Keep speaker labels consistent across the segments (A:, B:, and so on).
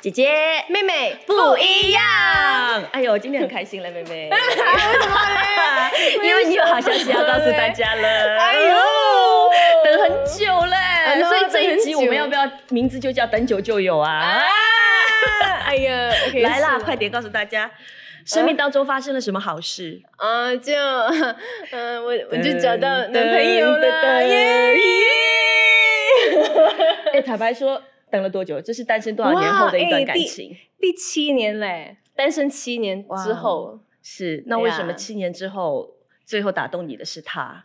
A: 姐姐
B: 妹妹
A: 不一样。哎呦，今天很开心了，妹 妹，
B: 哎为什么嘞？
A: 因为你有好消息要告诉大家了。
B: 哎呦，
A: 等很久嘞、
B: 哎呦
A: 所以这一集
B: 等很久
A: 我们要不要名字就叫“等久就有”啊？
B: 啊！哎呀，OK，
A: 来啦，
B: 是
A: 快点告诉大家，生命当中发生了什么好事？
B: 啊，就 嗯、我我就找到男朋友了耶！
A: 哎、坦白说，等了多久？这是单身多少年
B: 哇
A: 后的一段
B: 哎
A: 感
B: 第
A: 情？
B: 第七年嘞，单身七年之后
A: 是，那为什么
B: 呀
A: 七年之后，最后打动你的是他？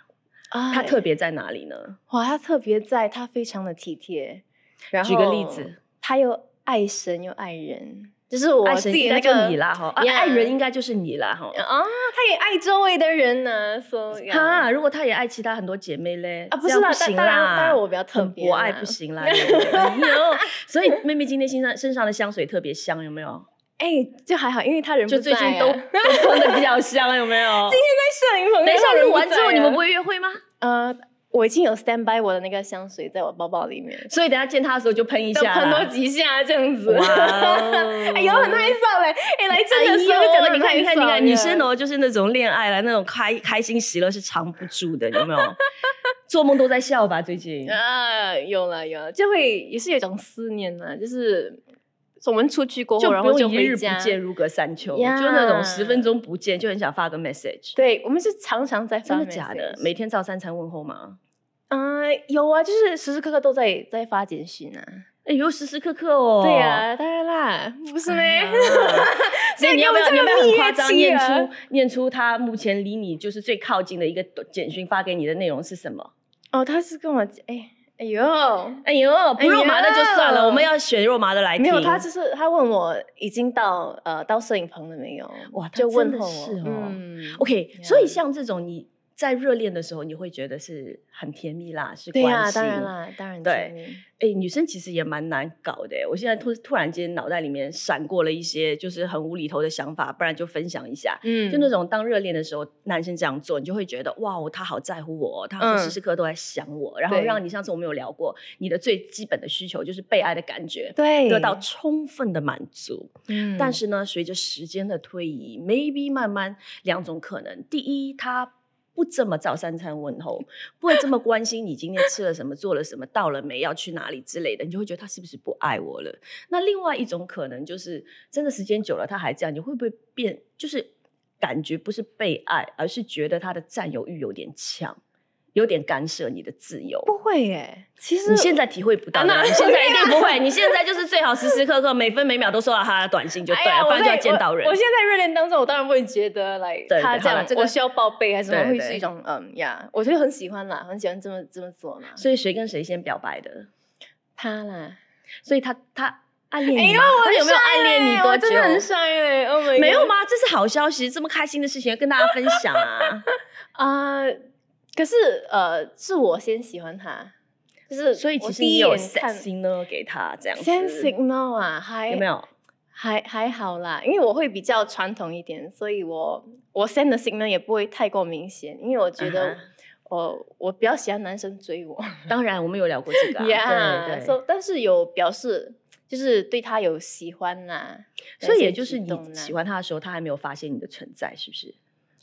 B: 啊
A: 他特别在哪里呢？
B: 哇，他特别在，他非常的体贴。然后
A: 举个例子，
B: 他又爱神又爱人，就是我
A: 爱
B: 自
A: 神
B: 己
A: 应
B: 的
A: 该
B: 那
A: 就
B: 个
A: 你啦哈，啊
B: Yeah
A: 爱人应该就是你啦哈。
B: 啊，他也爱周围的人呢，所以啊，
A: 哈，如果他也爱其他很多姐妹嘞，
B: 啊不
A: 这
B: 是
A: 样
B: 啦
A: 不行
B: 当当
A: 啦，
B: 然当然我比较特
A: 很
B: 别
A: 博爱
B: 啦
A: 不行 啦，对不对哎呦，所以妹妹今天身上身上的香水特别香，有没有？
B: 哎，就还好，因为他人
A: 就
B: 不
A: 最
B: 在
A: 近
B: 啊
A: 都都喷的比较香，有没有？
B: 在摄影棚，
A: 等一下
B: 人
A: 录
B: 不
A: 完之
B: 在
A: 后，
B: 啊
A: 你们不会约会吗？
B: 呃，我已经有 stand by 我的那个香水在我包包里面，
A: 所以等一下见他的时候就喷一
B: 要
A: 下啦，
B: 喷多几下这样子。
A: 哇哦
B: 哎呦，很害臊嘞！哎，来这个时候
A: 哎
B: 讲
A: 呦
B: 的
A: 你看，你看，你看，女生
B: 哦，
A: 哦，就是那种恋爱啦，那种开开心喜乐是藏不住的，有没 有？做梦都在笑吧，最近。
B: 啊，有了有了，就会也是有一种思念呢，就是我们出去过
A: 就
B: 后，
A: 不
B: 然后就
A: 用一日
B: 回
A: 不
B: 家。
A: 见如隔三秋，就
B: 呀
A: 那种十分钟不见就很想发个 message，
B: 对，我们是常常在发
A: 真的
B: message
A: 假的？每天照三餐问候吗？
B: 啊、有啊，就是时时刻刻都在在发简讯啊。
A: 哎呦，时时刻刻哦。
B: 对啊，当然啦，不是
A: 哎
B: 咩？
A: 呀。所以你要不要
B: 这
A: 你
B: 个
A: 要不要
B: 蜜
A: 很
B: 月
A: 夸张
B: 期
A: 念
B: 啊
A: 出念出他目前离你就是最靠近的一个简讯发给你的内容是什么？
B: 哦，他是跟我讲哎哎呦，
A: 哎呦，不肉麻的就算
B: 哎
A: 了，
B: 呦
A: 我们要选肉麻的来听。
B: 没有，他就是他问我已经到呃到摄影棚了没有？
A: 哇他
B: 就问
A: 真的
B: 候
A: 是
B: 我，
A: 哦
B: 嗯
A: OK，、
B: Yeah
A: 所以像这种你在热恋的时候，你会觉得是很甜蜜啦，是
B: 对呀、
A: 关心。
B: 当然啦，当然
A: 对
B: 建议，
A: 哎、女生其实也蛮难搞的欸。我现在突突然间脑袋里面闪过了一些就是很无厘头的想法，不然就分享一下。
B: 嗯
A: 就那种当热恋的时候，男生这样做，你就会觉得哇，哦，他好在乎我哦，他好
B: 嗯
A: 时时刻刻都在想我，然后
B: 对
A: 让你上次我们有聊过，你的最基本的需求就是被爱的感觉。
B: 对
A: 得到，充分的满足，
B: 嗯
A: 但是呢，随着时间的推移，maybe 慢慢两种可能：第一，他不这么早三餐问候，不会这么关心你今天吃了什么、做了什么、到了没、要去哪里之类的，你就会觉得他是不是不爱我了？那另外一种可能就是，真的时间久了他还这样，你会不会变？就是感觉不是被爱，而是觉得他的占有欲有点强，有点干涉你的自由。
B: 不会耶，其实
A: 你现在体会不到
B: 啊
A: 的啦，
B: 那
A: 你现在一 定不会，你现在就是最好时时刻刻每分每秒都收到他的短信就对
B: 哎
A: 了，
B: 呀，
A: 不然就要
B: 我在
A: 见到人
B: 我。我。现在在热恋当中，我当然不会觉得来
A: 对
B: 他
A: 对
B: 这
A: 好
B: 样
A: 了，这个
B: 我需要报备还是什么，
A: 对
B: 会
A: 对
B: 是一种嗯呀我觉得很喜欢啦，很喜欢这么这么做嘛。
A: 所以谁跟谁先表白的？
B: 他啦，
A: 所以他他暗
B: 哎
A: 恋你
B: 呦，
A: 吗？他
B: 我
A: 有没有暗恋你多
B: 我
A: 久？
B: 真的很帅嘞，Oh my，
A: 没有吗？这是好消息，这么开心的事情要跟大家分享啊！
B: 啊？可是呃，是我先喜欢他，就是
A: 所以其
B: 我
A: 实
B: 第
A: 你
B: 一
A: 有
B: 眼看
A: set signal 给他这样子，
B: send signal 啊，还
A: 有没有？
B: 还还好啦，因为我会比较传统一点，所以我我 send 的 signal 也不会太过明显，因为我觉
A: 啊
B: 得
A: 哈
B: 我、我比较喜欢男生追我，
A: 当然，我们有聊过这个、啊对对
B: so, 但是有表示就是对他有喜欢啦，
A: 所以
B: 有
A: 也
B: 一些
A: 就是
B: 举动
A: 你
B: 啦
A: 喜，欢他的时候，他还没有发现你的存在，是不是？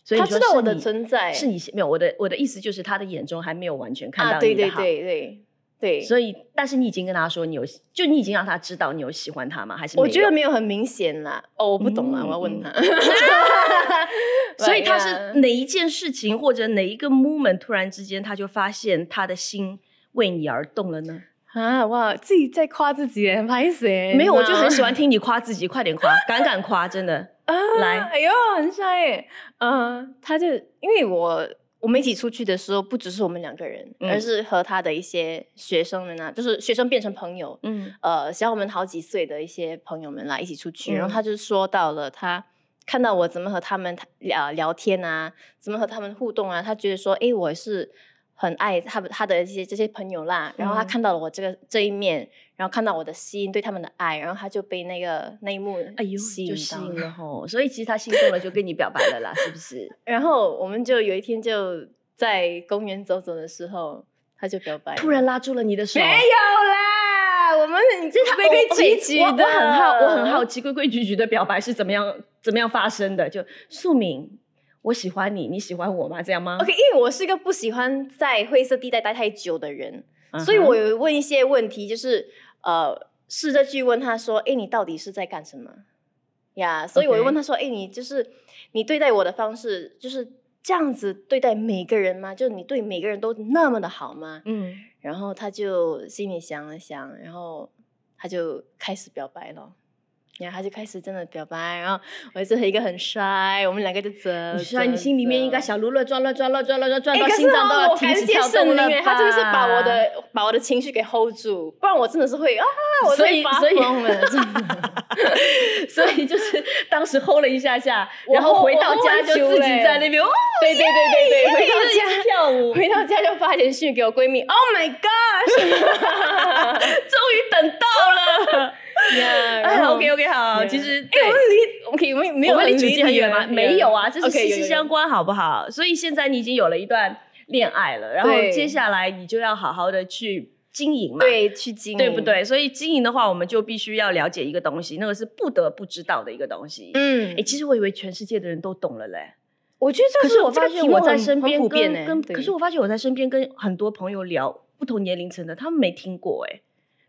A: 所以
B: 他
A: 你说
B: 知道
A: 是
B: 我的
A: 你
B: 存在，
A: 是你没有我的我的意思就是他的眼中还没有完全看
B: 哎啊，
A: 到你
B: 对
A: 的
B: 对
A: 好。
B: 对对对，
A: 所以，但是你已经跟他说你有，就你已经让他知道你有喜欢他吗？还是
B: 我觉得
A: 没
B: 没有很明显啦，哦，我不懂啦，
A: 嗯
B: 我要 问他，
A: 有，所以他
B: But
A: 是
B: yeah，
A: 哪一件事情或者哪一个 moment 突然之间他就发现他的心为你而动了呢？
B: 啊哇，自己在夸自己耶，很拍死耶，
A: 没有，我
B: 你知
A: 就
B: 道吗
A: 很喜 欢听你夸自己，快点夸，敢敢夸，真的。
B: 啊，
A: 来
B: 哎呦，很帅耶！嗯，他就因为我我们一起出去的时候，不只是我们两个人，
A: 嗯
B: 而是和他的一些学生们啊，就是学生变成朋友，
A: 嗯，
B: 呃，小我们好几岁的一些朋友们啦，一起出去，
A: 嗯
B: 然后他就说到了他。看到我怎么和他们聊聊天啊，怎么和他们互动啊，他觉得说，诶，我是很爱他们他的一些这些朋友啦。然后他
A: 嗯
B: 看到了我这个这一面，然后看到我的心对他们的爱，然后他就被那个那一幕
A: 哎呦，
B: 吸
A: 就
B: 引
A: 吸
B: 到
A: 引了吼。所以其实他心动了，就跟你表白了啦，是不是？
B: 然后我们就有一天就在公园走走的时候，他就表白了，
A: 突然拉住了你的手，
B: 没有啦，啦，我们你这
A: 规规矩矩的，
B: 我很好，
A: 我
B: 我
A: 很
B: 很
A: 好
B: 好
A: 奇规规矩矩的表白是怎么样怎么样发生的？就素敏，我喜欢你，你喜欢我吗？这样吗
B: OK，因为我是一个不喜欢在灰色地带待太久的人，所以
A: 嗯哼
B: 我有问一些问题，就是呃，试着去问他说：“哎，你到底是在干什么？”呀、所以我就
A: OK
B: 问他说：“哎，你就是你对待我的方式就是这样子对待每个人吗？就是你对每个人都那么的好吗
A: 嗯，？”
B: 然后他就心里想了想，然后他就开始表白了。然后他就开始真的表白，然后我是一个很帅，我们两个就走。
A: 你虽然你心里面应该
B: 走
A: 小鹿乱撞乱撞乱撞乱撞
B: 哎，
A: 到
B: 可
A: 心
B: 是
A: 脏都
B: 哦，
A: 要
B: 我
A: 停
B: 感
A: 止
B: 谢
A: 跳
B: 圣
A: 动
B: 灵
A: 了
B: 哎，他真的是把我
A: 吧。
B: 的把我的情绪给 hold 住，不然我真的是会啊，我
A: 所
B: 在
A: 以
B: 发
A: 所以
B: 疯了，真的。
A: 所以就是当时 hold 了一下下，
B: 我
A: 然后
B: hold-
A: 回到
B: 我 hold
A: 家
B: 很
A: 就
B: 久
A: 自己
B: 嘞
A: 在那边哦，
B: 对对对对对，回
A: 一直
B: 到
A: 跳舞，
B: 家回到家就发简讯给我闺蜜，Oh my god！
A: 终于等到了。
B: yeah, 然
A: 哎
B: 后
A: ，OK OK，好，
B: Yeah
A: 其实对
B: 哎，我。们离 OK，我们没有
A: 我们离
B: 很
A: 主题很远吗？
B: 远
A: 没有啊，这是
B: OK，
A: 息
B: 有
A: 息
B: 有有
A: 相关，好不好？所以现在你已经有了一段恋爱了，然后
B: 对
A: 接下来你就要好好的去经营嘛，
B: 对去经营，
A: 对不？对？所以经营的话，我们就必须要了解一个东西，那个是不得不知道的一个东西。
B: 嗯
A: 哎，，其实我以为全世界的人都懂了嘞，
B: 我觉得
A: 可
B: 这
A: 是
B: 是
A: 我
B: 这
A: 发
B: 个
A: 现
B: 题
A: 我
B: 目
A: 在
B: 很
A: 身
B: 很
A: 边
B: 普遍
A: 跟
B: 哎
A: 跟，
B: 对
A: 可是我发现我在身边跟很多朋友聊不同年龄层的，他们没听过哎，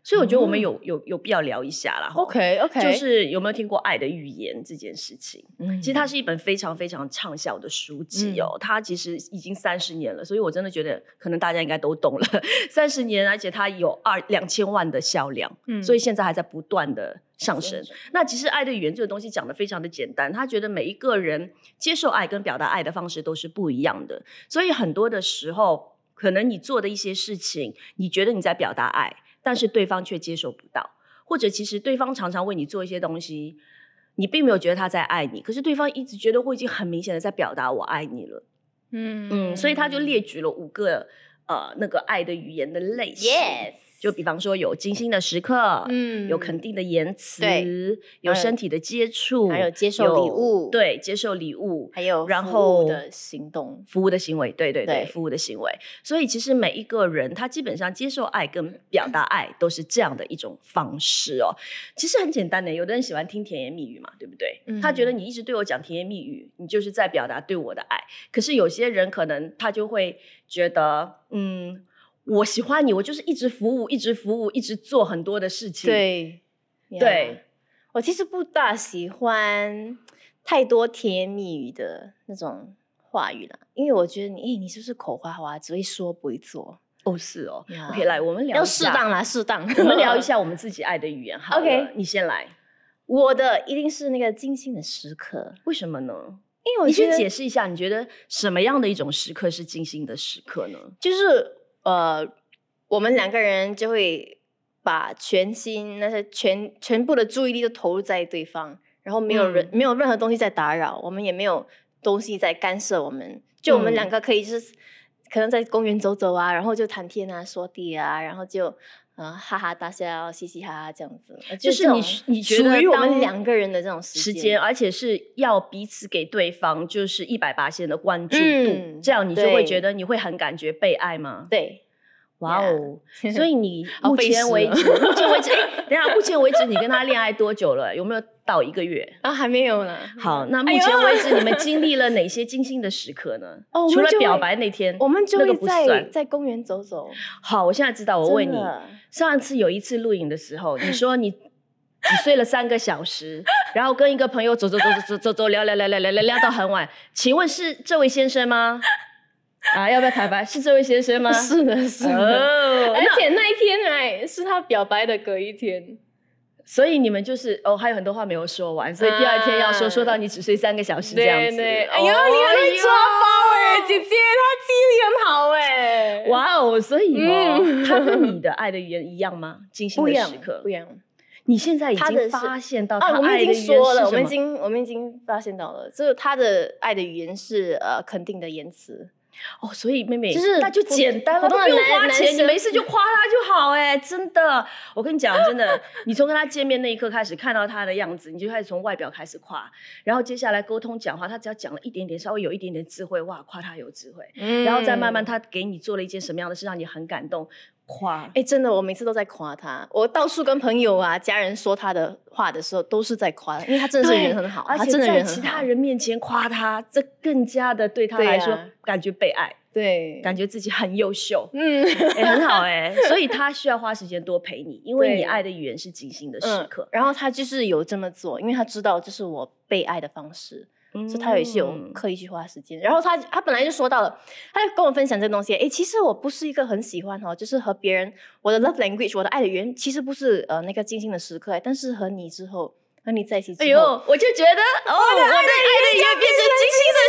A: 所以我觉得我们
B: 哦
A: 有有有必要聊一下啦。吼
B: OK OK，
A: 就是有没有听过《爱的语言》这件事情？
B: 嗯
A: 其实它是一本非常非常畅销的书籍哦，它其实已经三十年了，所以我真的觉得可能大家应该都懂了。 三十年，而且它有二两千万的销量，
B: 嗯
A: 所以现在还在不断的上升
B: 上升。
A: 那其实爱的语言这个东西讲的非常的简单，他觉得每一个人接受爱跟表达爱的方式都是不一样的，所以很多的时候，可能你做的一些事情，你觉得你在表达爱，但是对方却接受不到。或者其实对方常常为你做一些东西，你并没有觉得他在爱你，可是对方一直觉得我已经很明显的在表达我爱你了，
B: 嗯
A: 嗯，所以他就列举了五个呃那个爱的语言的类型
B: Yes，
A: 就比方说有精心的时刻，
B: 嗯
A: 有肯定的言辞
B: 对，
A: 有
B: 还有
A: 身体的接触，
B: 还有接受礼
A: 有
B: 物
A: 对，接受礼物，
B: 还有
A: 然
B: 服务
A: 后
B: 的行动，
A: 服务的行为，对对对，
B: 对
A: 服务的行为。所以其实每一个人他基本上接受爱跟表达爱都是这样的一种方式哦。其实很简单的，有的人喜欢听甜言蜜语嘛，对不对？
B: 嗯
A: 他觉得你一直对我讲甜言蜜语，你就是在表达对我的爱。可是有些人可能他就会觉得，嗯。我喜欢你，我就是一直服务，一直服务，一直做很多的事情。
B: 对
A: 对，
B: yeah 我其实不大喜欢太多甜言蜜语的那种话语啦，因为我觉得你，诶，你是不是口花花，只会说不会做？
A: 哦，是哦。
B: Yeah
A: OK，来，我们聊一
B: 要适
A: 下
B: 当啦，适当。
A: 我们聊一，下我们自己爱的语言好了。
B: OK
A: 你先来，
B: 我的一定是那个精心的时刻，
A: 为什么呢？
B: 因为我
A: 你
B: 觉
A: 先
B: 得
A: 解释一下，你觉得什么样的一种时刻是静心的时刻呢？
B: 就是呃，我们两个人就会把全心那些全全部的注意力都投入在对方，然后没有人、
A: 嗯
B: 没有任何东西在打扰，我们也没有东西在干涉我们，就我们两
A: 嗯
B: 个可以就是、可能在公园走走啊，然后就谈天啊、说地啊，然后就。呃，哈哈大笑，嘻嘻哈哈，这样子，呃
A: 就是
B: 这种
A: 你你觉
B: 属
A: 得
B: 于我
A: 当
B: 们两个人的这种
A: 时间，
B: 间，
A: 而且是要彼此给对方就是一百八线的关注度，
B: 嗯
A: 这样你就会
B: 对
A: 觉得你会很感觉被爱吗？
B: 对，
A: 哇哦！ 所以你
B: 好
A: 目
B: 费
A: 前
B: 时
A: 为
B: 哦
A: 止，目前为止， 哎，等一下，目前为止你跟他恋爱多久了？有没有到一个月？
B: 啊，还没有呢。
A: 好，那目
B: 哎呦
A: 前为止你 们经历了哪些精心的时刻呢？
B: 哦我
A: 除
B: 们
A: 了
B: 就
A: 表
B: 会
A: 白那天，
B: 我们就
A: 那个
B: 会
A: 不
B: 在
A: 算
B: 在公园走走。
A: 好，我现在知道。我问你
B: 真的，
A: 上次有一次录影的时候， 你说你你睡了三个小时，然后跟一个朋友走走走走走走走聊聊聊聊聊聊聊到很晚，请问是这位先生 吗？啊，要不要彩排？ 是这位先生吗？
B: 是的， 是的。
A: 哦，
B: 而
A: 那
B: 且那一天哎，是他表白的隔一天。
A: 所以你们就是哦，还有很多话没有说完，所以第二天要说，
B: 啊
A: 说到你只睡三个小时这样子。哦
B: 哎呦，你很会抓包哎，姐姐，她记忆力很好哎。
A: 哦！，哇哦，所以哦，
B: 嗯
A: 他跟你的爱的语言一样 吗？精心
B: 不一
A: 的
B: 样
A: 时刻
B: 不一，样。
A: 你现在已
B: 他的
A: 经
B: 是
A: 发现到他
B: 哦啊，我们
A: 爱
B: 已
A: 的
B: 经
A: 语言
B: 说
A: 是
B: 了，我
A: 什
B: 们已
A: 么
B: 经我们已经发现到了，就是他的爱的语言是呃肯定的言辞。
A: 哦，所以妹妹
B: 就是
A: 那就
B: 普
A: 简单了，
B: 普
A: 都
B: 通
A: 不
B: 的
A: 用
B: 男
A: 花
B: 男
A: 钱，你
B: 生
A: 没事就夸他就好哎、真的，我跟你讲，真的，你从跟他见面那一刻开始，看到他的样子，你就开始从外表开始夸，然后接下来沟通讲话，他只要讲了一点点，稍微有一点嗯点智慧，哇，夸他有智慧，然后再慢慢他给你做了一件什么样的事让你很感动，夸
B: 哎、，真的，我每次都在夸他。我到处跟朋友啊、家人说他的话的时候，都是在夸他，因为他真的是
A: 对
B: 人很好，
A: 而
B: 他
A: 且
B: 真的
A: 在
B: 人
A: 其
B: 很
A: 他
B: 好。
A: 人面前夸他，这更加的对他
B: 对
A: 来说、
B: 啊
A: 感觉被爱，
B: 对，。
A: 感觉自己很优秀
B: 嗯
A: 也、很好哎、 所以他需要花时间多陪你，因为你
B: 对
A: 爱的语言是精心的时
B: 嗯
A: 刻，，
B: 然后他就是有这么做，因为他知道这是我被爱的方式。
A: 嗯
B: 所以他也是有刻意去花时间。然后他他本来就说到了，他就跟我分享这东西，诶，其实我不是一个很喜欢哈，就是和别人我的 love language，我的爱的语言其实不是呃那个静心的时刻，但是和你之后，和你在一起之后，
A: 哎呦，我就觉得哦，我的爱的语言变成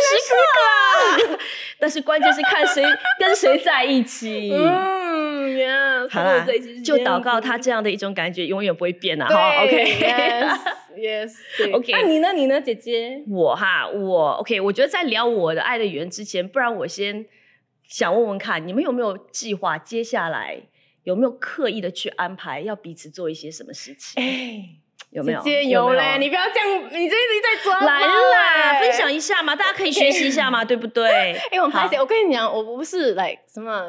A: 精心的时刻啦。 但是关键是看 谁跟谁在一起。
B: 嗯，yes，
A: 好
B: 跟
A: 啦
B: 我在一起是，
A: 就
B: 这样
A: 祷告
B: 子
A: 他这样的一种感觉永远不会变啊！
B: 对
A: 哈，OK。
B: ，yes，yes，
A: OK
B: 那、你呢？你呢，姐姐？
A: 我哈，我 OK，我觉得在聊我的爱的语言之前，不然我先想问问看，你们有没有计划接下来有没有刻意的去安排要彼此做一些什么事情？
B: 哎，
A: 有没有？
B: 姐姐
A: 没
B: 嘞，你不要这样，你这一直在抓
A: 来
B: 猫
A: 啦，
B: 哎
A: 分享一下嘛，大家可以学习一下嘛，对不对？
B: 哎、我很
A: 好
B: 拍谁？我跟你讲，我我不是来、什么，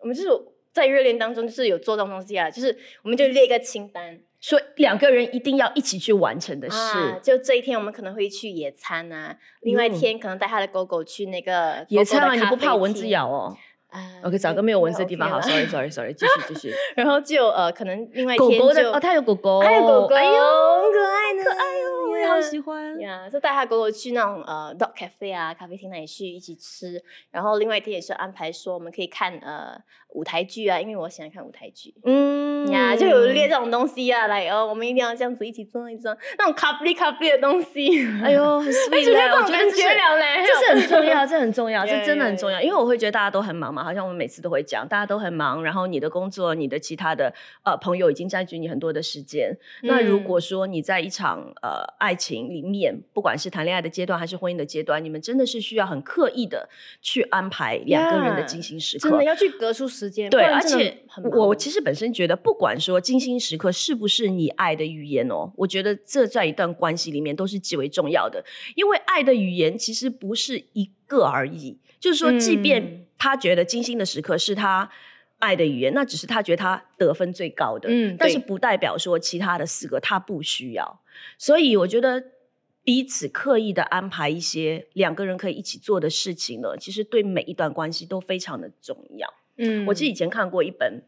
B: 我们就是在热恋当中，就是有做这种东西啊，就是我们就列一个清单
A: 说两个人一定要一起去完成的事。
B: 啊，就这一天我们可能会去野餐啊，另外一
A: 嗯
B: 天可能带他的狗狗去那个
A: 野
B: 狗狗的
A: 餐啊，
B: 咖
A: 你不
B: 啡
A: 怕蚊子
B: 厅
A: 咬哦
B: 啊
A: ？OK，找个没有蚊子的地方好。
B: 那
A: ，sorry
B: OK 啦
A: sorry sorry，继续继续。
B: 然后就呃，可能另外一
A: 狗
B: 天
A: 狗的
B: 就
A: 哦，它有狗狗，
B: 还有狗狗，
A: 哎呦，
B: 很可爱呢，可爱
A: 哦我也好喜欢。
B: 呀，就带他狗狗去那种呃 dog cafe 啊咖啡厅那里去一起吃，然后另外一天也是安排说我们可以看呃舞台剧啊，因为我喜欢看舞台剧。
A: 嗯
B: 呀就有列。这种东西啊，来哦，我们一定要这样子一起做一做那种 couple couple 的东西。
A: 哎，呦，很
B: 我
A: sweet，
B: 觉
A: 嘞
B: 得这
A: 我
B: 种
A: 觉得
B: 感
A: 这
B: 觉
A: 是
B: 了哎嘞，
A: 这是很重要， 这很重要，这
B: Yeah,
A: 真的很重要。
B: yeah,
A: 因为我会觉得大家都很忙嘛，好像我们每次都会讲，大家都很忙，然后你的工作、你的其他的呃朋友已经占据你很多的时间。
B: 嗯
A: 那如果说你在一场呃爱情里面，不管是谈恋爱的阶段还是婚姻的阶段，你们真的是需要很刻意的去安排两个人的
B: Yeah，
A: 精心时刻。
B: 真的要去隔出时间，
A: 对，
B: 不然
A: 而
B: 真的
A: 且
B: 很忙
A: 我其实本身觉得，不管说精心时刻是不是你爱的语言哦，我觉得这在一段关系里面都是极为重要的，因为爱的语言其实不是一个而已，就是说，即便
B: 嗯
A: 他觉得精心的时刻是他。爱的语言，那只是他觉得他得分最高的，
B: 嗯
A: 但是
B: 对
A: 不代表说其他的四个他不需要。所以我觉得彼此刻意的安排一些两个人可以一起做的事情呢，其实对每一段关系都非常的重要。
B: 嗯，
A: 我记得以前看过一本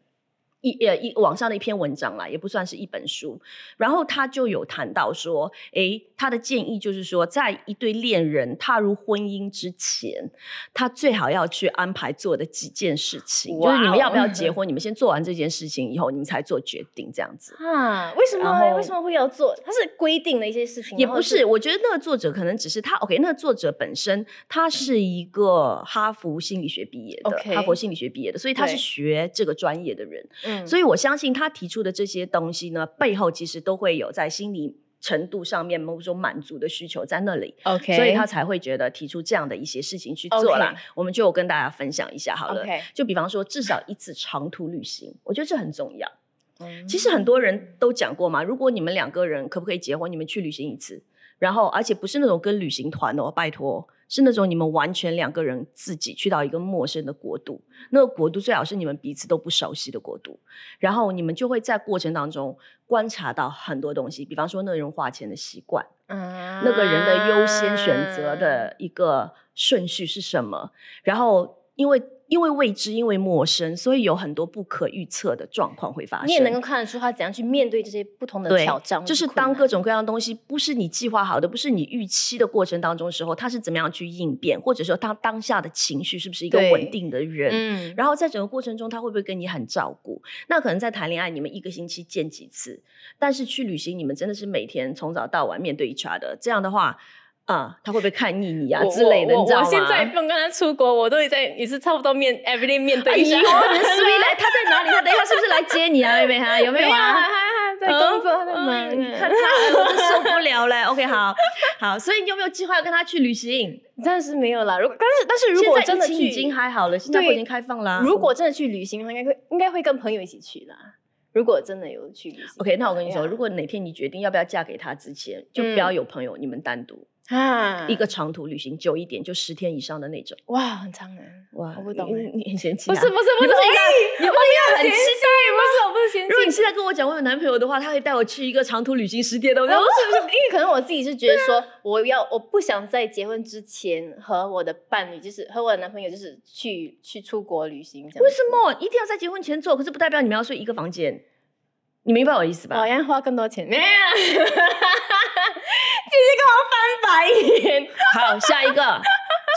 A: 一呃一网上的一篇文章啦，也不算是一本书。然后他就有谈到说，诶，他的建议就是说，在一对恋人踏入婚姻之前，他最好要去安排做的几件事情，就是你
B: 哇
A: 们
B: 哦
A: 要不要 结婚，你们先做完这件事情以后，你们才做决定这样子。
B: 啊，为什么
A: 然
B: 嘞
A: 后
B: 为什么会要做？它是规定的一些事情，
A: 也
B: 然
A: 不
B: 后
A: 是，我觉得那个作者可能只是他 OK，那个作者本身
B: 嗯
A: 他是一个哈佛心理学毕业的
B: OK
A: 哈佛心理学毕业的，所以他是
B: 对
A: 学这个专业的人。
B: 嗯，
A: 所
B: 以
A: 以我相信他提出的这些东西呢，背后其实都会有在心理程度上面某种满足的需求在那里。
B: OK，
A: 所以他才会觉得提出这样的一些事情去做啦
B: OK
A: 我们就跟大家分享一下好了。
B: OK
A: 就比方说，至少一次长途旅行，我觉得这很重要。
B: 嗯
A: 其实很多人都讲过嘛，如果你们两个人可不可以结婚，你们去旅行一次，然后而且不是那种跟旅行团哦，拜托，是那种你们完全两个人自己去到一个陌生的国度，那个国度最好是你们彼此都不熟悉的国度，然后你们就会在过程当中观察到很多东西，比方说那个人花钱的习惯，
B: 啊
A: 那个人的优先选择的一个顺序是什么，然后因为。因为未知，因为陌生，所以有很多不可预测的状况会发生。
B: 你也能够看得出他怎样去面对这些不同的
A: 对
B: 挑战或困难，
A: 就是当各种各样的东西不是你计划好的，不是你预期的过程当中的时候，他是怎么样去应变，或者说他当下的情绪是不是一个
B: 对
A: 稳定的人。
B: 嗯，
A: 然后在整个过程中，他会不会跟你很照顾？那可能在谈恋爱，你们一个星期见几次，但是去旅行，你们真的是每天从早到晚面对 each other。这样的话，啊、他会不会看腻你啊
B: 我
A: 之类的？
B: 我
A: 你知道
B: 我
A: 吗？
B: 现在不用跟他出国，我都已在也是差不多面 everyday 面
A: 哎呦，
B: 对一
A: 你
B: 下。
A: 很 sweet 嘞，他在哪里？他等一下是不是来接你啊，妹妹哈？有没有啊？
B: 还 在工作，还在忙
A: 哎你看
B: 啊。
A: 他，我真受不了了。OK，好，好，所以你有没有计划跟他去旅行？
B: 暂时没有啦，如果但是但是如果
A: 现
B: 真
A: 在
B: 的
A: 疫情
B: 去，
A: 已经还嗯好了，新加坡已
B: 对
A: 经开放啦。
B: 如果真的去旅行的话，应该会应该会跟朋友一起去啦。如果真的有去旅行
A: 哎 OK，那我跟你说，如
B: 果
A: 果哪天你决定要不要嫁给他之前，就不要有朋友，你们单独。
B: 啊，
A: 一个长途旅行久一点就十天以上的那种。
B: 哇，很长哎，
A: 哇，
B: 我不懂
A: 你
B: 哎，
A: 你很嫌弃、
B: 不
A: 啊？
B: 是不是不
A: 你
B: 是
A: 不是一个
B: 哎
A: 你有没有很期
B: 嫌弃
A: 待吗？
B: 不是我不是嫌弃
A: 如果你现在跟我讲我有男朋友的话，他会带我去一个长途旅行十天的，我哦
B: 我
A: 说
B: 不是不是，因为可能我自己是觉
A: 啊
B: 得说，我要我不想在结婚之前和我的伴侣，就是和我的男朋友，就是去去出国旅行这样。
A: 为什？么一定要在结婚前做？可是不代表你们要睡一个房间，你明白我意思吧
B: 我？要花更多
A: 嗯
B: 钱。没有啊，姐姐跟我翻白眼。
A: 好，下一个，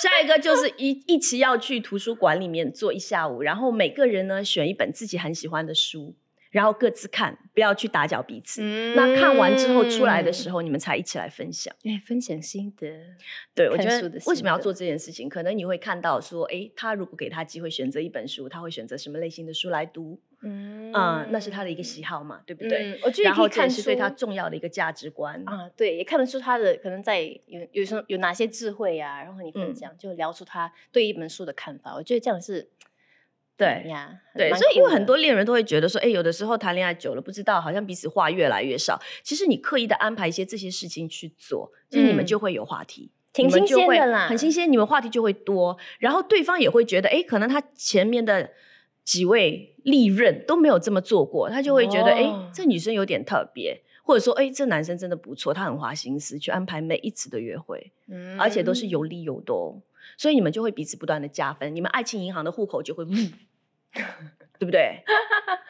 A: 下一个就是一一起要去图书馆里面坐一下午，然后每个人呢选一本自己很喜欢的书，然后各自看，不要去打搅彼此。
B: 嗯
A: 那看完之后出来的时候，你们才一起来分享。
B: 哎，分享心得。
A: 对，我觉
B: 看书
A: 得
B: 的
A: 为什
B: 心
A: 么要
B: 得
A: 做这件事情？可能你会看到说，诶，他如果给他机会选择一本书，他会选择什么类型的书来读？
B: 嗯
A: 嗯，那是他的一个喜好嘛，对不对？
B: 嗯我觉得
A: 然
B: 也可
A: 后
B: 以
A: 这也
B: 看
A: 是
B: 出
A: 对他重要的一个价值观。
B: 啊，对，也看得出他的可能在有有什么有哪些智慧呀、然后和你
A: 嗯
B: 分享、就聊出他对一本书的看法。我觉得这样是，
A: 对
B: 嗯呀，
A: 对，
B: 蛮
A: 所以因为
B: 酷
A: 很
B: 的
A: 多恋人都会觉得说，哎，有的时候谈恋爱久了，不知道好像彼此话越来越少。其实你刻意的安排一些这些事情去做，其实你们
B: 嗯
A: 就会有话题。
B: 挺
A: 你们
B: 新
A: 就
B: 鲜
A: 会
B: 的啦
A: 很新鲜，你们话题就会多，然后对方也会觉得，哎，可能他前面的几位历任都没有这么做过，他就会觉得，哎、
B: 哦
A: 这女生有点特别，或者说，哎，这男生真的不错，他很花心思去安排每一次的约会，
B: 嗯
A: 而且都是有理有的哦，所以你们就会彼此不断的加分，你们爱情银行的户口就会，对不 对？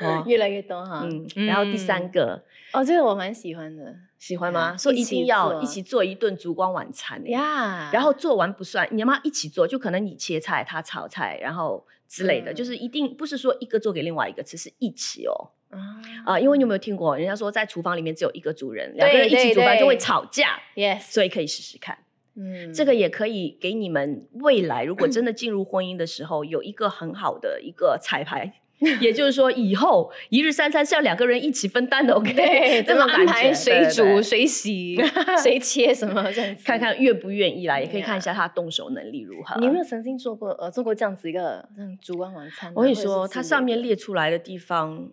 A: 哦
B: 越来越多哈。
A: 嗯，然后第三
B: 嗯
A: 个
B: 哦，这个我蛮喜欢的
A: 喜欢吗？
B: 嗯
A: 说
B: 一
A: 一
B: 起
A: 定要
B: 做
A: 一起做一顿烛光晚餐欸
B: 呀。
A: 然后做完不算，你要妈一起做，就可能你切菜，他炒菜，然后之类的，
B: 嗯
A: 就是一定不是说一个做给另外一个吃，是一起哦。
B: 啊
A: 啊、因为你有没有听过，人家说在厨房里面只有一个主人，两个人
B: 对
A: 一起
B: 对
A: 煮饭就会
B: 对
A: 吵架，
B: yes，
A: 所以可以试试看。
B: 嗯
A: 这个也可以给你们未来，如果 真的进入婚姻的时候，有一个很好的一个彩排。也就是说，以后一日三餐是要两个人一起分担 的，OK？
B: 对
A: 这
B: 怎么
A: 种感
B: 安
A: 觉，
B: 排
A: 对
B: 谁
A: 对
B: 煮
A: 对
B: 谁洗谁切什么这样 子，
A: 看。看愿不愿意啦，也可以看一
B: 呀
A: 下他动手能力如何。
B: 你有没有曾经做过呃做过这样子一个像烛光晚餐啊？
A: 我跟你
B: 或者是
A: 说，
B: 之
A: 它
B: 类
A: 上面
B: 的
A: 列出来的地方，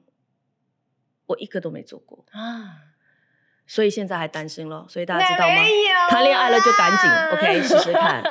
A: 我一个都没做过，
B: 啊，
A: 所以现在还单身咯。所以大家知道
B: 那
A: 吗？
B: 没有
A: 谈恋爱了就赶紧
B: 啦
A: OK 试试看。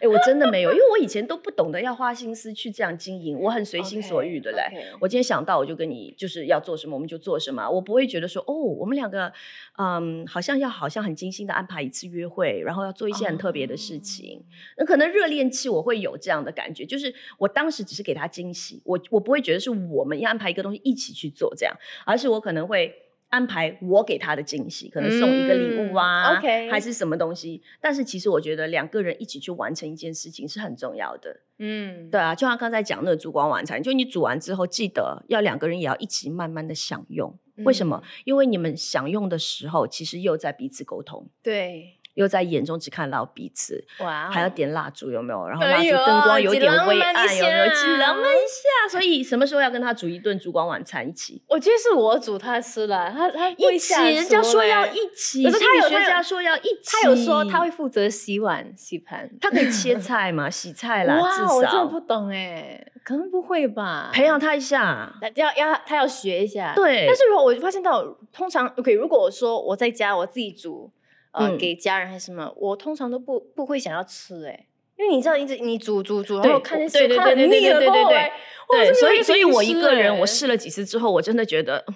A: 哎、我真的没有，因为我以前都不懂得要花心思去这样经营，我很随心所欲的嘞。
B: OK，OK
A: 我今天想到我就跟你就是要做什么我们就做什么，我不会觉得说哦，我们两个嗯好像要好像很精心的安排一次约会，然后要做一些很特别的事情。那可能热恋期我会有这样的感觉，就是我当时只是给他惊喜，我我不会觉得是我们要安排一个东西一起去做这样，而是我可能会安排我给他的惊喜，可能送一个礼物啊、
B: 嗯，OK
A: 还是什么东西。但是其实我觉得两个人一起去完成一件事情是很重要的。
B: 嗯，
A: 对啊，就像刚才讲那个烛光晚餐，就你煮完之后，记得要两个人也要一起慢慢的享用。
B: 嗯
A: 为什么？因为你们享用的时候，其实又在彼此沟通，
B: 对，
A: 又在眼中只看到彼此。
B: 哇哦，
A: 还要点蜡烛，有没有？然后蜡
B: 哎
A: 烛
B: 呦
A: 灯光有
B: 几
A: 点
B: 浪
A: 微
B: 漫一
A: 暗，有没有？
B: 下
A: 几浪漫一下，所以什么时候要跟他煮一顿烛光晚餐一起？
B: 我觉得是我煮他吃了，他他
A: 一起，人家说要一起，
B: 可是他
A: 心理
B: 有
A: 学
B: 他有
A: 家说要一起，
B: 他有说他会，负责洗碗洗盘，
A: 他可以切菜嘛，洗菜啦，至
B: 哇，我真的不
A: 少
B: 懂哎，可能不会吧？
A: 培养他一下。啊
B: 要要他要学一下，。
A: 对，
B: 但是如果我发现到，通常 OK，如果我说我在家我自己煮，呃，
A: 嗯
B: 给家人还是什么，我通常都不不会想要吃哎、因为你知道，一直你煮煮煮，然
A: 对
B: 后看
A: 我
B: 见
A: 对对
B: 看
A: 对
B: 很
A: 对
B: 腻
A: 对
B: 了
A: 对
B: 过后
A: 对
B: 哎 哇
A: 对，
B: 真的
A: 所
B: 有
A: 以
B: 点
A: 所以
B: 想
A: 我
B: 吃
A: 一个人，
B: 哎
A: 我试了几次之后，我真的觉得。嗯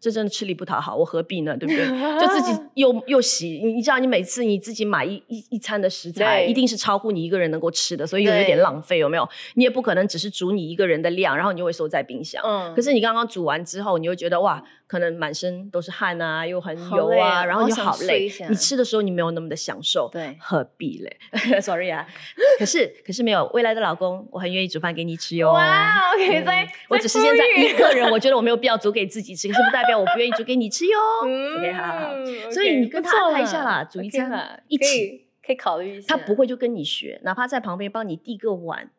A: 这真的吃力不讨好，我何必呢？对不对？就自 己又又洗，你你知道，你每次你自己买一一一餐的食材，
B: 对
A: 一定是超乎你一个人能够吃的，所以有
B: 对
A: 点浪费，有没有？你也不可能只是煮你一个人的量，然后你就会收在冰箱。
B: 嗯
A: 可是你刚刚煮完之后，你会觉得哇，可能满身都是汗啊，又很
B: 好
A: 油
B: 累
A: 啊，
B: 啊
A: 然后你就
B: 好想
A: 好
B: 睡
A: 累
B: 一下。
A: 你吃的时候你没有那么的享受，
B: 对
A: 何必嘞 ？Sorry 啊， 可是可是没有未来的老公，我很愿意煮饭给你吃哟。
B: 哇，OK，
A: 嗯
B: 在
A: 我只是现在一个
B: 人，
A: 人，我觉得我没有必要煮给自己吃，可是不代表我不愿意煮给你 吃哟。
B: 嗯
A: OK，好好好。
B: ，OK，
A: 所以你跟他
B: 不错
A: 安排一下
B: 啦
A: 啦煮一
B: OK
A: 餐
B: 啦
A: 一
B: 可以
A: 起
B: 可以考虑一下。
A: 他不会就跟你学，哪怕在旁边帮你递个碗，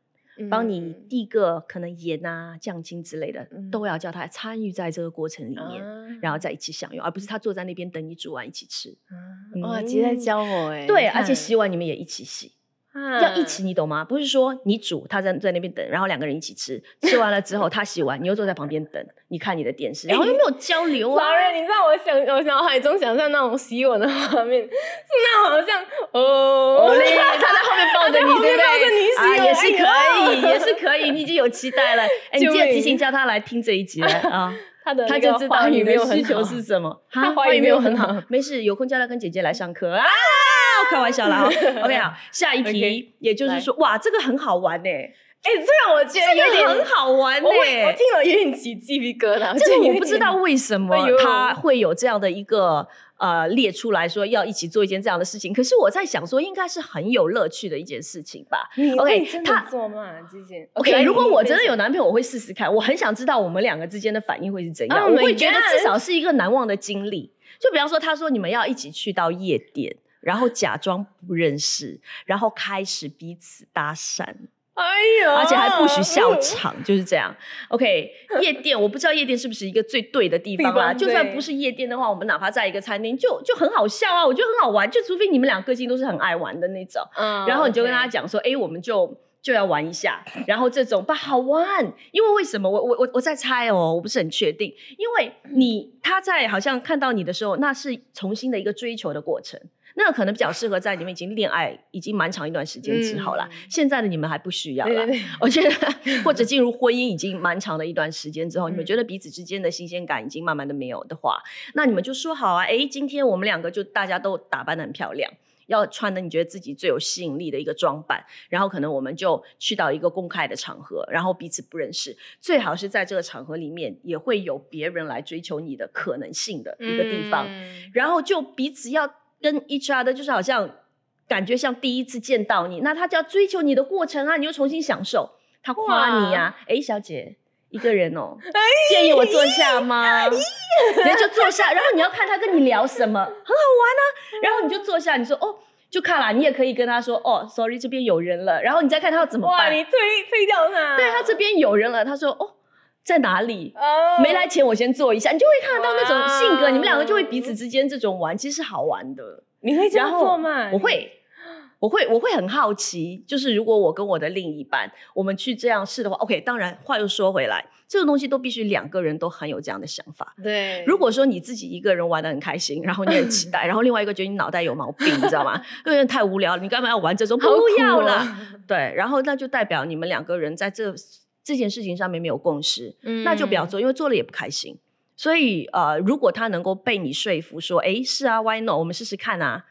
A: 帮你
B: 嗯
A: 递个可能盐啊、酱精之类的，
B: 嗯
A: 都要叫他参与在这个过程里面，
B: 啊
A: 然后再一起享用，而不是他坐在那边等你煮完一起吃。
B: 啊哇，姐在
A: 嗯
B: 教我哎，
A: 对，
B: 你
A: 而且
B: 看
A: 洗碗你们也一起洗，要一起，
B: 嗯
A: 你懂吗？不是说你煮，他在在那边等，然后两个人一起吃，吃完了之后他洗完，你又坐在旁边等，你看你的电视，然后又没有交流啊。
B: sorry，你让我想，我脑海中想象那种洗碗的画面，是那好像哦，
A: 哦嘞， 他在后面抱着
B: 在
A: 你，
B: 后
A: 对
B: 面
A: 不
B: 抱着
A: 对？
B: 你洗
A: 啊，
B: 碗
A: 也是可以，
B: 哎呦
A: 也是可以，你已经有期 待了。哎，你
B: 救
A: 记得
B: 命
A: 提醒叫他来听这一集 来啊，
B: 他的
A: 他
B: 那个
A: 就知道
B: 话
A: 你
B: 语没
A: 的
B: 有很
A: 需求
B: 好
A: 是 什么。
B: 他
A: 啊
B: 华语没有很好，
A: 没事，有空叫他跟姐姐来上课啊。开玩笑啦 啊，OK 好，下一题
B: OK，，
A: 也就是说，哇，这个很好玩呢，
B: 哎，这让我觉得有
A: 这
B: 点
A: 个很好玩呢
B: 我。会，我听了有点起鸡皮疙瘩。
A: 啊这
B: 就
A: 个
B: 有
A: 我不知
B: 点
A: 道为什么
B: 哎呦
A: 他会有这样的一个呃列出来说要一起做一件这样的事情，可是我在想说，应该是很有乐趣的一件事情吧。
B: 你
A: OK，
B: 会真的
A: 他
B: 做吗？之前
A: OK，如果我真的有男朋友，我会试试看。我很想知道我们两个之间的反应会是怎样。
B: Oh
A: 啊我
B: my
A: 会觉得
B: God
A: 至少是一个难忘的经历。就比方说，他说你们要一起去到夜店，然后假装不认识，然后开始彼此搭讪，
B: 哎呦，
A: 而且还不许
B: 嗯
A: 笑场，就是这样。OK，夜店我不知道夜店是不是一个最对的地方
B: 地
A: 啦。
B: 方
A: 就算
B: 对
A: 不是夜店的话，我们哪怕在一个餐厅，就就很好笑啊，我觉得很好玩。就除非你们俩个性都是很爱玩的那种。
B: 嗯。
A: 然后你就跟
B: OK
A: 他讲说，哎、我们就就要玩一下，然后这种吧，好玩。因为为什么我我我我在猜哦，我不是很确定，因为你他在好像看到你的时候，那是重新的一个追求的过程。那个可能比较适合在你们已经恋爱已经蛮长一段时间之后啦，
B: 嗯
A: 现在的你们还不需要啦。
B: 对对对，
A: 我 觉得或者进入婚姻已经蛮长的一段时间之后，你们
B: 嗯
A: 觉得彼此之间的新鲜感已经慢慢的没有的话，那你们就说好啊，诶，今天我们两个就大家都打扮的很漂亮。要穿的你觉得自己最有吸引力的一个装扮，然后可能我们就去到一个公开的场合，然后彼此不认识，最好是在这个场合里面也会有别人来追求你的可能性的一个地方，
B: 嗯
A: 然后就彼此要跟 each other，就是好像感觉像第一次见到你，那他就要追求你的过程啊，你又重新享受，他夸你啊，哎，小姐。一个人哦，
B: 哎
A: 建议我坐下吗？然后就坐下， 然后你要看他跟你聊什么，很好玩啊。然后你就坐下，你说哦，就看啦，你也可以跟他说哦，sorry，这边有人了。然后你再看他要怎么
B: 哇，
A: 办
B: 你。推推掉他，
A: 对他这边有人了，他说哦，在哪里？
B: 哦
A: 没来前我先坐一下，你就会看得到那种性格，
B: 哇
A: 你们两个就会彼此之间这种玩，其实是好玩的。
B: 你会这样
A: 然后
B: 做吗？
A: 我会，我会，我会很好奇，就是如果我跟我的另一半，我们去这样试的话，OK。当然，话又说回来，这个东西都必须两个人都很有这样的想法。
B: 对，
A: 如果说你自己一个人玩的很开心，然后你很期 待，然后另外一个觉得你脑袋有毛病，你知道吗？有点太无聊了，你干嘛要玩这种？
B: 好苦
A: 不要
B: 哦
A: 啦，，对。然后那就代表你们两个人在这这件事情上面没有共识，那就不要
B: 嗯
A: 做，因为做了也不开心。所以呃，如果他能够被你说服，说，哎，是啊，Why not？我们试试看啊，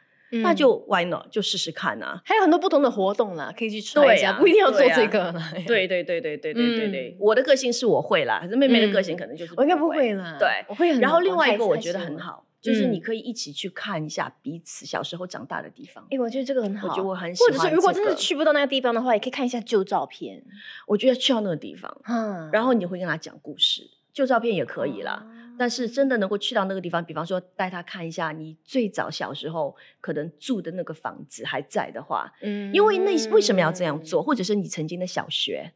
A: 那
B: 嗯
A: 就 Why not？就试试看啊。
B: 还有很多不同的活动啦，可以去 try
A: 对
B: 一下，
A: 啊
B: 不一定要做
A: 对啊
B: 这个 啦。
A: 对对对对对对对对
B: 嗯，
A: 我的个性是我会啦，可是妹妹的个性
B: 嗯
A: 可能就是
B: 我应该不会。啦，
A: 对
B: 我会很。
A: 然后另
B: 我
A: 外一
B: 还
A: 个
B: 是
A: 我
B: 还
A: 觉得
B: 是
A: 很
B: 会。
A: 好，就是
B: 嗯
A: 你可以一起去看一下彼此小时候长大的地方。
B: 哎，我觉得这个很
A: 我
B: 好，
A: 觉得我很喜
B: 或
A: 欢这个、
B: 者是如果真的去不到那个地方的话，也可以看一下旧照片。
A: 我觉得去到那个地方，
B: 嗯，
A: 然后你会跟他讲故事，旧照片也可以啦。
B: 哦
A: 但是真的能够去到那个地方，比方说带他看一下你最早小时候可能住的那个房子还在的话，
B: 嗯
A: 因为那为什么要这样做，？或者是你曾经的小学。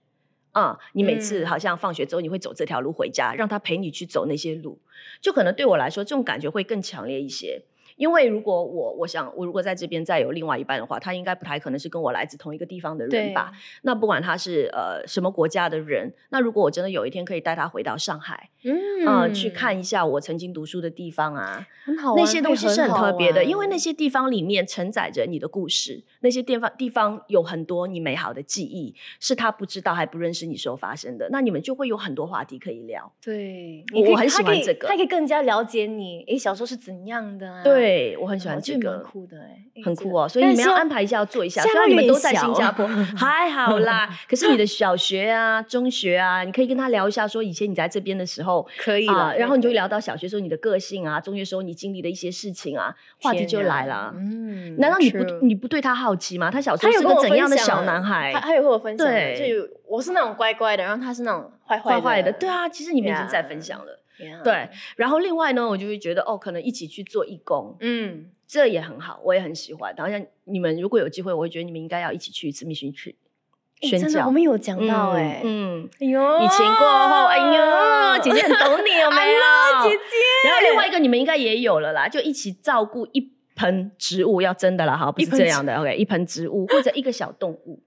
A: 啊、你每次
B: 嗯
A: 好像放学之后，你会走这条路回家，让他陪你去走那些路，就可能对我来说，这种感觉会更强烈一些。因为如果我，我想我如果在这边再有另外一半的话，他应该不太可能是跟我来自同一个地方的人
B: 对
A: 吧？？那不管他是呃什么国家的人，那如果我真的有一天可以带他回到上海，
B: 嗯
A: 呃，去看一下我曾经读书的地方啊，
B: 很好玩，
A: 那些东西是很特别的，因为那
B: 些
A: 些地方里面承载着你的故事，那些地方地方有很多你美好的记忆，是他不知道还不认识你时候发生的，那你们就会有很多话题可以聊。
B: 对，
A: 我
B: 你可以
A: 我很
B: 它
A: 喜欢
B: 可以
A: 这个
B: 它可以更加了解你，诶，小时候是怎样的啊？
A: 对我很
B: 哦，
A: 喜欢
B: 我觉
A: 这
B: 得蛮
A: 个。
B: 酷的诶，诶
A: 很
B: 这
A: 酷
B: 个
A: 哦，所以
B: 但
A: 你们
B: 是
A: 要
B: 要
A: 安排一下要做一下。
B: 下
A: 虽然
B: 巴
A: 你们
B: 有点
A: 都在新加
B: 小
A: 坡， 还好啦。可是你的小学啊、中学啊，你可以跟他聊一下，说以前你在这边的时候
B: 可以
A: 啊、
B: 了。
A: 然后你就
B: 可以
A: 聊到小学时候你的个性啊，中学时候你经历的一些事情啊，话题
B: 天
A: 就
B: 哪
A: 来了。
B: 嗯，
A: 难道你不
B: true
A: 你不对他好奇吗？他小时候
B: 他有
A: 是
B: 跟
A: 个
B: 我
A: 怎样的
B: 分享
A: 小男孩
B: 他？他有和我分享的，
A: 对
B: 就有我是那种乖乖的，然后他是那种坏
A: 坏
B: 坏
A: 坏的，
B: 的，
A: 对啊，其实你们已经在
B: Yeah 嗯
A: 分享了。
B: Yeah，
A: 对然后另外呢，我就会觉得哦，可能一起去做义工，
B: 嗯，
A: 这也很好，我也很喜欢。好像你们如果有机会，我会觉得你们应该要一起去一次密训去
B: 诶
A: 宣
B: 哎真的
A: 教
B: 我。们有讲到哎，
A: 嗯，
B: 哎呦
A: 嗯疫情过后，哎呦，姐 姐很懂你有没
B: 哎
A: 有？
B: 呦姐姐，
A: 然后另外一个你们应该也有了啦，就一起照顾一盆植物，要真的了哈，不
B: 一
A: 是
B: 盆
A: 这
B: 植
A: 样的。OK，一盆植物或者一个小动物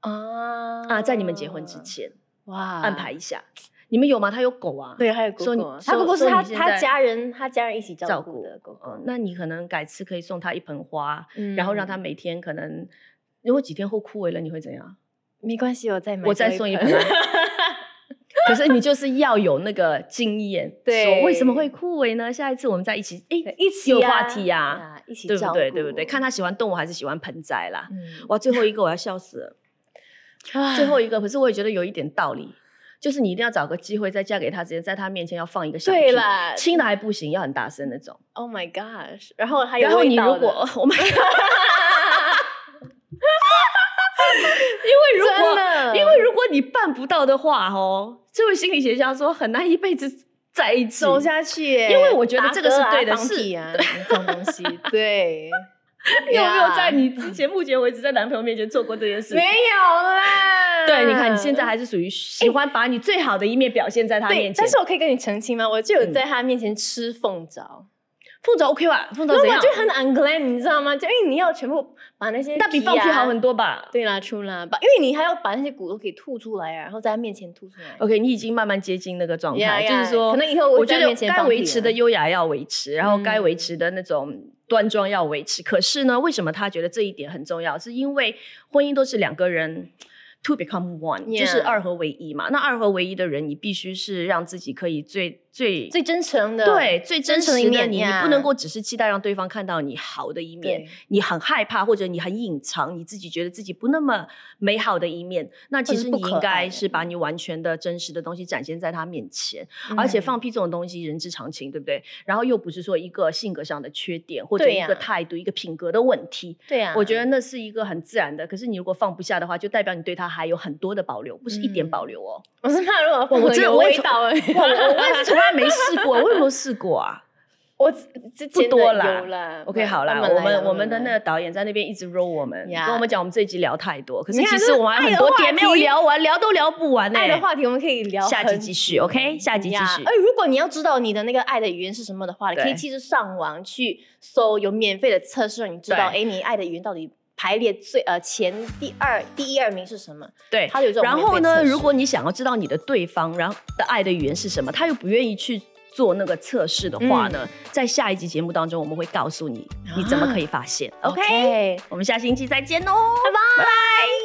B: 啊
A: 啊，在你们结婚之前
B: 哇
A: 安排一下。你们有吗？他有狗啊？
B: 对，还有狗
A: 说你
B: 狗啊，他狗
A: 说
B: 狗是
A: 说
B: 他
A: 你现
B: 他
A: 在
B: 家人他家人一起
A: 照
B: 照顾的狗狗
A: 哦，，那你可能改次可以送他一盆花，
B: 嗯
A: 然后让他每天可能，如果几天后枯萎了，你会怎样？
B: 没关系，我再买
A: 我
B: 多
A: 再送一盆啊
B: 盆
A: 可是你就是要有那个经验，
B: 对
A: 说为什么会枯萎呢？下一次我们再一起，哎
B: 对，一起
A: 有
B: 呀
A: 话题呀、
B: 啊，一起
A: 对
B: 照
A: 不对？对不对？
B: 顾
A: 看他喜欢动物还是喜欢盆栽啦。
B: 嗯
A: 哇，最后一个我要笑死了，最后一个，可是我也觉得有一点道理，就是你一定要找个机会，在嫁给他之前，在他面前要放一个小屁
B: 对啦
A: 轻的还不行，要很大声那种。
B: ，Oh my gosh，然后还有
A: 然后
B: 味
A: 你
B: 道
A: 如果
B: 的
A: Oh my God，因为如
B: 真
A: 果
B: 的，
A: 因为如果你办不到的话，哦，这位心理学家说很难一辈子在一起
B: 走下去耶，
A: 因为我觉得这个是
B: 打嗝啊
A: 对的
B: 放
A: 是，
B: 屁啊，这种东西，对
A: 你有没有在
B: Yeah
A: 你之前目前为止在男朋友面前做过这件事？
B: 啊没有啊啦？
A: 对，你看你现在还是属于喜欢把你最好的一面表现在他面
B: 哎
A: 前。
B: 对，但是我可以跟你澄清吗？我就有
A: 嗯
B: 在他面前吃凤爪，
A: 凤爪 OK 吧？凤爪怎
B: 那我
A: 样？
B: 就很 unglam，你知道吗？就因为你要全部把那些
A: 那比放屁
B: 啊
A: 好很多吧
B: 对啦，出啦，把因为你还要把那些骨头给吐出来啊，然后在他面前吐出来。
A: ？OK，你已经慢慢接近那个状态
B: Yeah,
A: 就是说，
B: yeah，可能以后我
A: 我觉
B: 在
A: 得
B: 面前
A: 该
B: 放
A: 维
B: 屁
A: 持
B: 了
A: 的优雅要维持，然后该
B: 嗯
A: 维持的那种端庄要维持。可是呢，为什么他觉得这一点很重要？是因为婚姻都是两个人。To become one，就是
B: Yeah
A: 二合为一嘛。那二合为一的人，你必须是让自己可以最最
B: 最真诚的，
A: 对最真实的
B: 诚的一
A: 你，
B: 面
A: 你
B: 呀
A: 不能够只是期待让对方看到你好的一面
B: 对，
A: 你很害怕或者你很隐藏你自己觉得自己不那么美好的一面，那其
B: 者是
A: 实
B: 不
A: 你
B: 可
A: 应
B: 爱
A: 该
B: 的
A: 是把你完全的真实的东西展现在他面前，
B: 嗯，
A: 而且放屁这种东西人之常情，对不对？然后又不是说一个性格上的缺点或者
B: 对
A: 一
B: 呀
A: 个态度、一个品格的问题。
B: 对啊，
A: 我觉得那是一个很自然的，可是你如果放不下的话，就代表你对他还有很多的保留，不是一点
B: 嗯
A: 保留哦。
B: 我是怕如果
A: 我真的
B: 有
A: 我也
B: 味
A: 从
B: 道哎，
A: 哇，我我也是从来没试过，我有没有试过啊？
B: 我之
A: 不
B: 前的
A: 多啦
B: 有啦
A: OK，
B: 慢
A: 好啦，
B: 慢来
A: 我们我
B: 慢慢
A: 们的那
B: 来
A: 个导演在那边一直 roll 我们，
B: 呀
A: 跟我们讲我们这一集聊太多，可是
B: 你看
A: 其
B: 这
A: 实我们还
B: 爱
A: 很
B: 的
A: 多
B: 话
A: 点没有
B: 题
A: 聊完，聊都聊不完呢、
B: 爱的话题，我们可以聊
A: 下集
B: 很
A: 继续，OK？下集继
B: 呀
A: 续
B: 哎，如果你要知道你的那个爱的语言是什么的话，你可
A: 对
B: 以其实上网去搜有免费的测试，让你知道哎，你爱的语言到底排列最呃前第二第一二名是什么？
A: 对。
B: 它有这种
A: 然后
B: 免费测
A: 呢，
B: 试
A: 如果你想要知道你的对方然后的爱的语言是什么，他又不愿意去做那个测试的话呢，
B: 嗯
A: 在下一集节目当中我们会告诉你你怎么可以发现、o k
B: 啊 OK，
A: 我们下星期再见哦，拜拜。